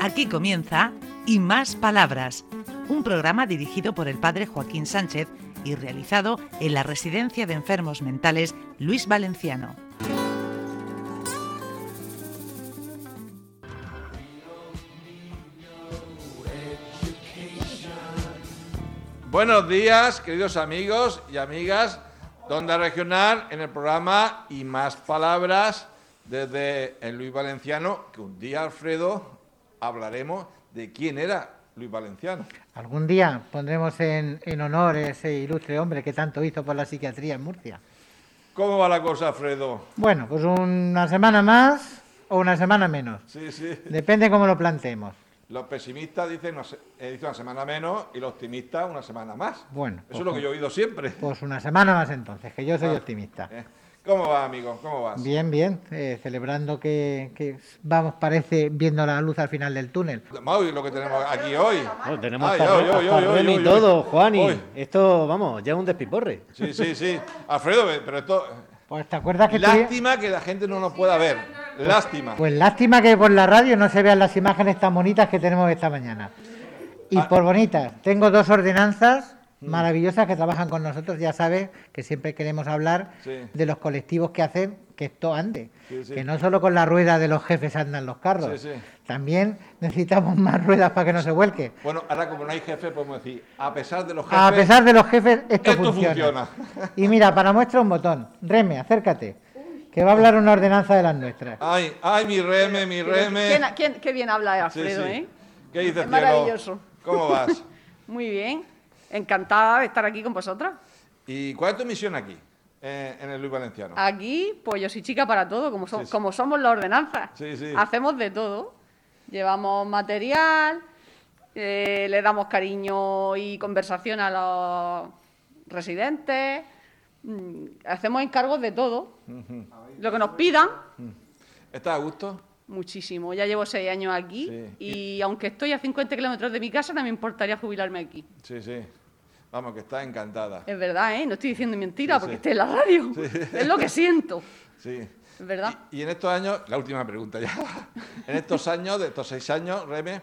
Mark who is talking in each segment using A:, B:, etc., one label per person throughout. A: Aquí comienza Y Más Palabras, un programa dirigido por el padre Joaquín Sánchez y realizado en la Residencia de Enfermos Mentales Luis Valenciano.
B: Buenos días, queridos amigos y amigas de Onda Regional, en el programa Y Más Palabras, desde el Luis Valenciano, que un día, Alfredo, hablaremos de quién era Luis Valenciano.
C: Algún día pondremos en, en honor a ese ilustre hombre que tanto hizo por la psiquiatría en Murcia.
B: ¿Cómo va la cosa, Alfredo?
C: Bueno, pues una semana más o una semana menos.
B: Sí, sí.
C: Depende cómo lo planteemos.
B: Los pesimistas dicen una, se- eh, dicen una semana menos y los optimistas una semana más.
C: Bueno,
B: Eso
C: pues,
B: es lo que yo he oído siempre.
C: Pues una semana más entonces, que yo soy
B: Ah.
C: optimista.
B: Eh, ¿Cómo va, amigo? ¿Cómo vas?
C: Bien, bien, eh, celebrando que, que vamos, parece, viendo la luz al final del túnel.
B: Mau, y lo que tenemos aquí hoy.
D: Bueno, tenemos
B: Ay,
D: hasta,
B: ay,
D: ro-
B: ay,
D: hasta
B: ay, ay,
D: Remy
B: ay, ay.
D: y todo, Juani.
B: Ay.
D: Esto, vamos, ya es un despiporre.
B: Sí, sí, sí. Alfredo, pero esto.
C: Pues te acuerdas que tuvi-
B: Lástima que la gente no nos pueda ver. Lástima.
C: Pues lástima que por la radio no se vean las imágenes tan bonitas que tenemos esta mañana. Y
B: Ah. Mm.
C: por bonitas, tengo dos ordenanzas maravillosas que trabajan con nosotros, ya sabes que siempre queremos hablar
B: Sí.
C: de los colectivos que hacen que esto ande,
B: Sí, sí.
C: que no solo con la rueda de los jefes andan los carros,
B: Sí, sí.
C: también necesitamos más ruedas para que no se vuelque.
B: Bueno, ahora como no hay jefe, podemos decir, a pesar de los jefes.
C: A pesar de los jefes, esto,
B: Esto
C: funciona.
B: funciona.
C: Y mira, para muestra un botón, Reme, acércate, que va a hablar una ordenanza de las nuestras.
B: Ay, ay, mi reme, mi
E: Pero
B: reme.
E: ¿quién- quién- qué bien habla
B: Sí,
E: Alfredo,
B: sí.
E: ¿eh?
B: ¿Qué dices,
E: Es
B: cielo?
E: maravilloso.
B: ¿Cómo vas?
E: Muy bien. Encantada de estar aquí con vosotras.
B: ¿Y cuál es tu misión aquí, eh, en el Luis Valenciano?
E: Aquí, pues yo soy chica para todo, como, so-
B: Sí, sí.
E: como somos la ordenanza.
B: Sí, sí.
E: Hacemos de todo. Llevamos material, eh, le damos cariño y conversación a los residentes, mm, hacemos encargos de todo. Lo que nos pidan,
B: ¿Estás a gusto?
E: muchísimo. Ya llevo seis años aquí
B: Sí.
E: y aunque estoy a 50 kilómetros de mi casa, no me importaría jubilarme aquí.
B: Sí, sí. Vamos, que estás encantada.
E: Es verdad, ¿eh? No estoy diciendo mentira
B: Sí, sí.
E: porque esté en la radio. Es lo que siento,
B: Sí.
E: es verdad.
B: Y, y en estos años, la última pregunta ya. en estos años, de estos seis años, Reme,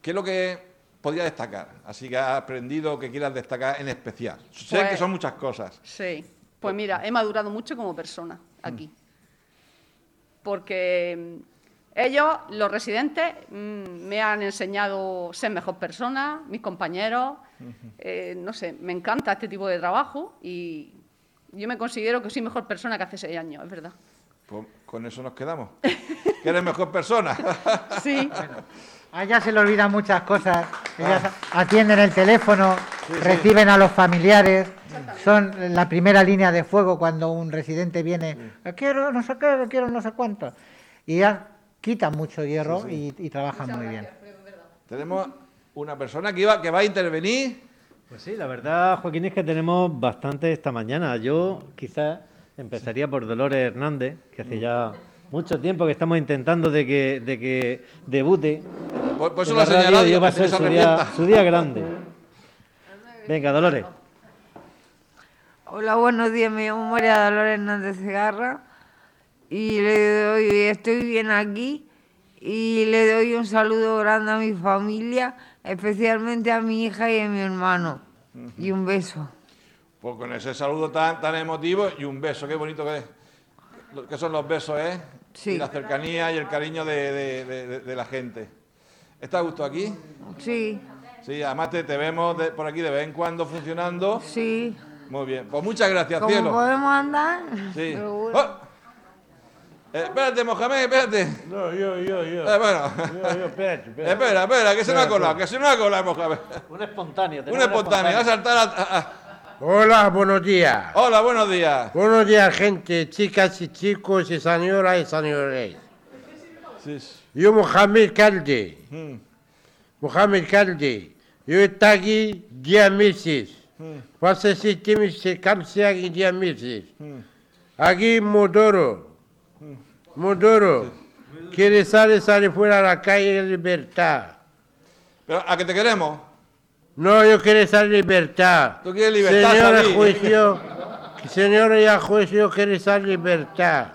B: ¿qué es lo que podrías destacar? Así que has aprendido que quieras destacar en especial. Sé
E: Pues-
B: que son muchas cosas.
E: Sí. Pues mira, he madurado mucho como persona aquí.
B: Mm.
E: Porque mm, ellos, los residentes, mm, me han enseñado ser mejor persona, mis compañeros. eh, no sé, me encanta este tipo de trabajo y yo me considero que soy mejor persona que hace seis años, es verdad.
B: Pues con eso nos quedamos. Que eres mejor persona.
E: Sí.
C: A ella se le olvidan muchas cosas. Ellas atienden el teléfono,
B: sí.
C: reciben a los familiares, son la primera línea de fuego cuando un residente viene. "Eh, Quiero no sé qué, quiero no sé cuánto. Y ellas quitan mucho hierro Y, y trabajan muy bien.
B: Tenemos una persona que, iba, que va a intervenir.
D: Pues sí, la verdad, Joaquín, es que tenemos bastante esta mañana. Yo quizás empezaría por Dolores Hernández, que hace ya mucho tiempo que estamos intentando de que, de que debute.
B: Por, por Pues eso lo
D: en la
B: ha
D: radio,
B: señalado.
D: y hoy va a
B: que
D: ser
B: se
D: su día,
B: arrepienta.
D: su día grande. Venga, Dolores.
F: Hola, buenos días. Me llamo María Dolores Hernández Segarra y le doy, estoy bien aquí y le doy un saludo grande a mi familia, especialmente a mi hija y a mi hermano. Y un beso.
B: Pues con ese saludo tan, tan emotivo y un beso, qué bonito que es. Lo que son los besos, ¿eh?
F: Sí.
B: Y la cercanía y el cariño de, de- de- de- de la gente. ¿Estás a gusto aquí?
F: Sí,
B: Sí, además te, te vemos de- por aquí de vez en cuando funcionando.
F: sí.
B: Muy bien, pues muchas gracias,
F: Como
B: cielo.
F: podemos andar?
B: Sí.
F: seguro.
B: ¡Oh! Eh, espérate, Mohamed, espérate.
D: Yo, yo, yo, yo.
B: Eh, bueno.
D: espérate,
B: espera, espera, que se nos ha colado, que se nos ha colado, Mohamed.
D: Un espontáneo.
B: Un
D: tenemos
B: espontáneo, va a saltar a- a- a-
G: Hola, buenos días.
B: Hola, buenos días.
G: Buenos días, gente, chicas y chicos, y señoras y señores.
B: Sí, Hmm.
G: Yo, Mohamed Calde. Mohamed Calde. Yo estoy aquí 10 meses.
B: Hmm.
G: Hace 7 meses, casi aquí 10 meses.
B: Hmm.
G: Aquí en Modoro. Modoro. Quiere salir, salir fuera a la calle de libertad.
B: Pero a que te queremos.
G: No, yo quiero esa libertad.
B: Tú quieres libertad,
G: Señora
B: Sabí.
G: juicio, señora y a juez, yo quiero esa libertad.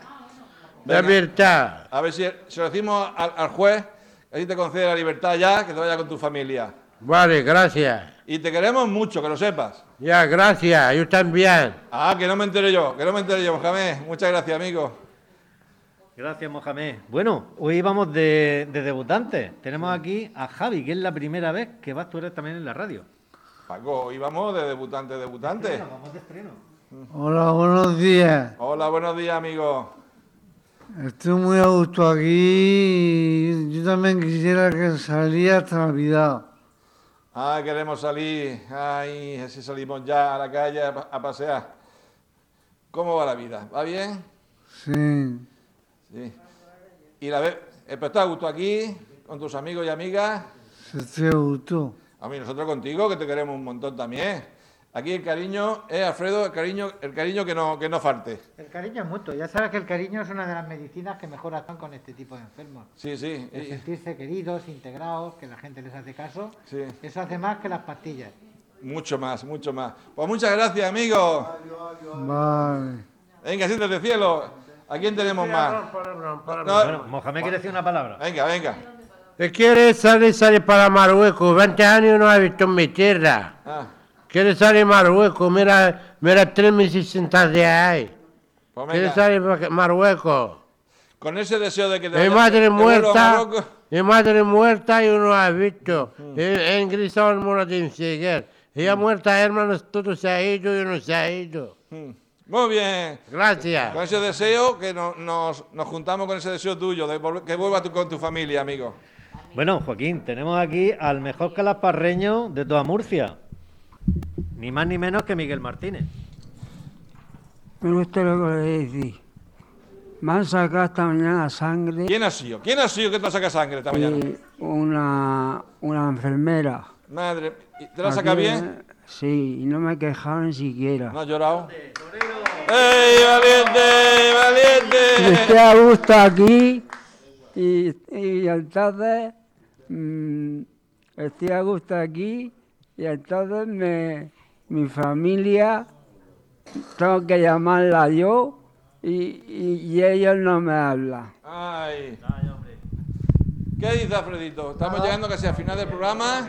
G: La
B: Venga.
G: libertad.
B: A ver si se lo decimos al, al juez Él te concede la libertad ya, que te vayas con tu familia.
G: Vale, gracias.
B: Y te queremos mucho, que lo sepas.
G: Ya, gracias. Yo también.
B: Ah, que no me entere yo, que no me entere yo, Mohamed. Muchas gracias, amigo.
D: Gracias, Mohamed. Bueno, hoy vamos de, de debutantes. Tenemos aquí a Javi, que es la primera vez que vas tú eres también en la radio.
B: Paco, hoy vamos de debutante, debutante.
D: vamos de estreno.
H: Hola, buenos días.
B: Hola, buenos días, amigo.
H: Estoy muy a gusto aquí. Yo también quisiera que saliera hasta Navidad.
B: Ah, queremos salir. Ay, a ver si salimos ya a la calle a, pa- a pasear. ¿Cómo va la vida? ¿Va bien?
H: Sí.
B: Sí. Y la vez, ¿estás a gusto aquí con tus amigos y amigas?
H: Estoy a gusto.
B: A mí, nosotros contigo, que te queremos un montón también. Aquí el cariño, eh, Alfredo, el cariño, el cariño que no, que no falte.
C: El cariño es mutuo. Ya sabes que el cariño es una de las medicinas que mejor actúan con este tipo de enfermos.
B: Sí, sí.
C: El
B: y-
C: sentirse queridos, integrados, que la gente les hace caso.
B: Sí.
C: Eso hace más que las pastillas.
B: mucho más, mucho más. Pues muchas gracias, amigos.
H: Vale.
B: Venga, siéntate del cielo. ¿A quién tenemos más?
D: Bueno, Mohamed quiere decir una palabra.
B: Venga, venga.
G: ¿Te quieres salir, sale para Marruecos? 20 años no has visto mi tierra.
B: Ah,
G: ¿Quieres salir a Marruecos? Mira, mira tres meses sentadas de ahí.
B: pues venga.
G: ¿Quieres salir para Marruecos?
B: Con ese deseo de que te
G: Mi
B: vayas-
G: madre
B: te vuelvas
G: muerta,
B: loco.
G: mi madre muerta yo no la he visto. He, he ingresado en Muro de Inseguer. Ella muerta, hermanos, todo se ha ido, yo no se ha ido.
B: Mm. Muy bien.
G: Gracias.
B: Con ese deseo que no- nos, nos juntamos con ese deseo tuyo de volver- que vuelvas tú con tu familia, amigo.
D: Bueno, Joaquín, tenemos aquí al mejor calasparreño de toda Murcia. Ni más ni menos que Miguel Martínez.
I: Me gusta lo que le decís. Me han sacado esta mañana sangre
B: ¿Quién ha sido? ¿Quién ha sido que te ha sacado sangre esta mañana?
I: y una, una enfermera.
B: Madre, ¿y ¿te la saca
I: Aquí,
B: bien?
I: eh, Sí, y no me he quejado ni siquiera.
B: ¿No has llorado? ¡Ey, valiente,
I: Y
B: valiente!
H: este
I: Estoy a gusto aquí y, y entonces mm, estoy a gusto aquí y entonces me, mi familia tengo que llamarla yo y, y- y ellos no me hablan.
B: Ay. ¿Qué dice Alfredito? Estamos llegando casi al final del programa.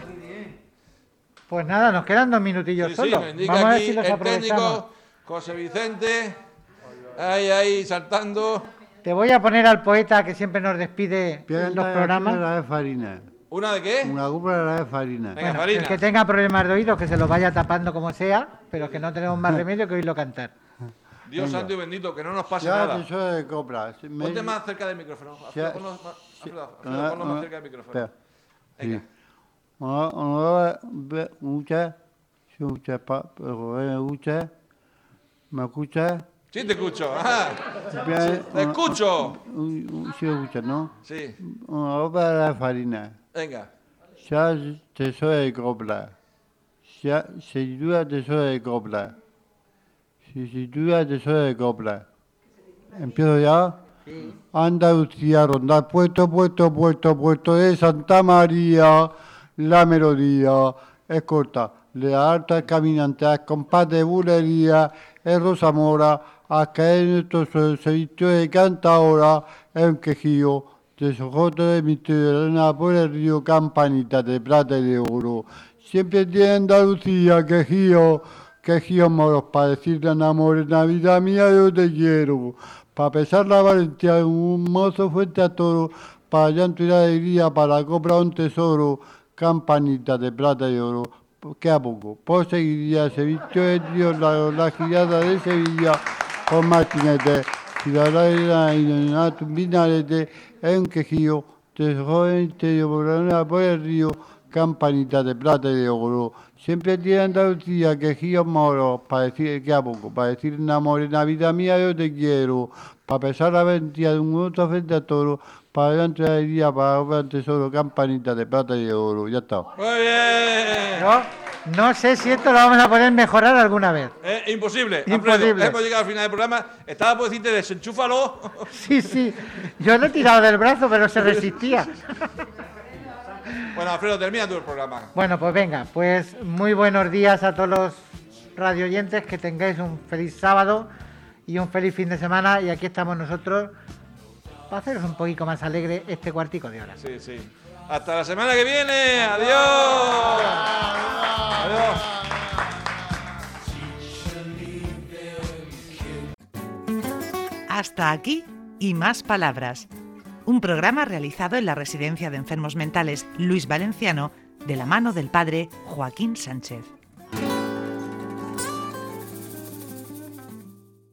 C: Pues nada, nos quedan dos minutillos
B: Sí, sí,
C: solo.
B: me indica
C: Vamos a ver
B: aquí
C: si los
B: el
C: aprovechamos.
B: técnico José Vicente. Ahí, ahí, saltando.
C: Te voy a poner al poeta que siempre nos despide en los programas.
H: de farina.
B: ¿Una de qué?
H: Una cúpula de farina.
B: Venga,
C: El
B: Farina.
C: que tenga problemas de oídos, que se los vaya tapando como sea, pero que no tenemos más remedio que oírlo cantar.
B: Dios santo y bendito, que no nos pase
H: Ya
B: nada.
H: te soy de compras. Me-
B: Ponte más cerca del micrófono. Alfredo,
H: Ya-
B: ponlo más- Alfredo, Alfredo,
H: Ah,
B: ponlo más
H: ah,
B: cerca del micrófono.
H: espera.
B: Venga.
H: Sí. Ona, ona ve- uça, şu uça, pa- ve- uça, me escucha,
B: Sí, te escucho. Ajá.
H: ve- ah,
B: Te escucho.
H: u- u- şu uça, ¿no? Ah,
B: Sí,
H: Ona ve la farina.
B: venga.
H: Ya te soy de copla. Ya, sin duda te soy de copla. Si, sin duda te soy de copla. ¿Empiezo ya? Andalucía, ronda, puesto, puesto, puesto, puesto de Santa María. La melodía es corta. Le alta caminante al compás de bulería. Es Rosa Mora, a caer en estos servicios de cantadora. Es un quejío de sojote de misteriosa por el río Campanita de plata y de oro. Siempre tiene Andalucía quejío, quejío moros para decirle a una morena, vida mía yo te quiero. Para pesar la valentía de un mozo frente a toro, para llanto y la alegría, para comprar un tesoro, campanita de plata y oro. Que a poco, poseguiría Sevilla de Dios la, la girada de Sevilla con Martinete. Si la reina y la tumbinarete es un quejío, te joven te llevarán por el río, campanita de plata y de oro. Siempre tiene Andalucía quejíos moros, para decir que a poco, para decir una morena vida mía yo te quiero, para pesar la ventía de un otro frente a toro, para adelante la alegría, para el tesoro, campanita de plata y de oro. Ya está.
B: Muy bien.
C: Yo no sé si esto lo vamos a poder mejorar alguna vez.
B: Eh, imposible. Alfredo,
C: Imposible.
B: hemos llegado al final del programa. Estaba por decirte, desenchúfalo.
C: Sí, sí. Yo lo he tirado del brazo, pero se resistía.
B: bueno, Alfredo, termina tú el programa.
C: Bueno, pues venga, pues muy buenos días a todos los radioyentes, que tengáis un feliz sábado y un feliz fin de semana y aquí estamos nosotros para haceros un poquito más alegre este cuartico de hora.
B: Sí, sí. Hasta la semana que viene. Adiós. Adiós.
A: Hasta aquí y más palabras. Un programa realizado en la Residencia de Enfermos Mentales Luis Valenciano de la mano del padre Joaquín Sánchez.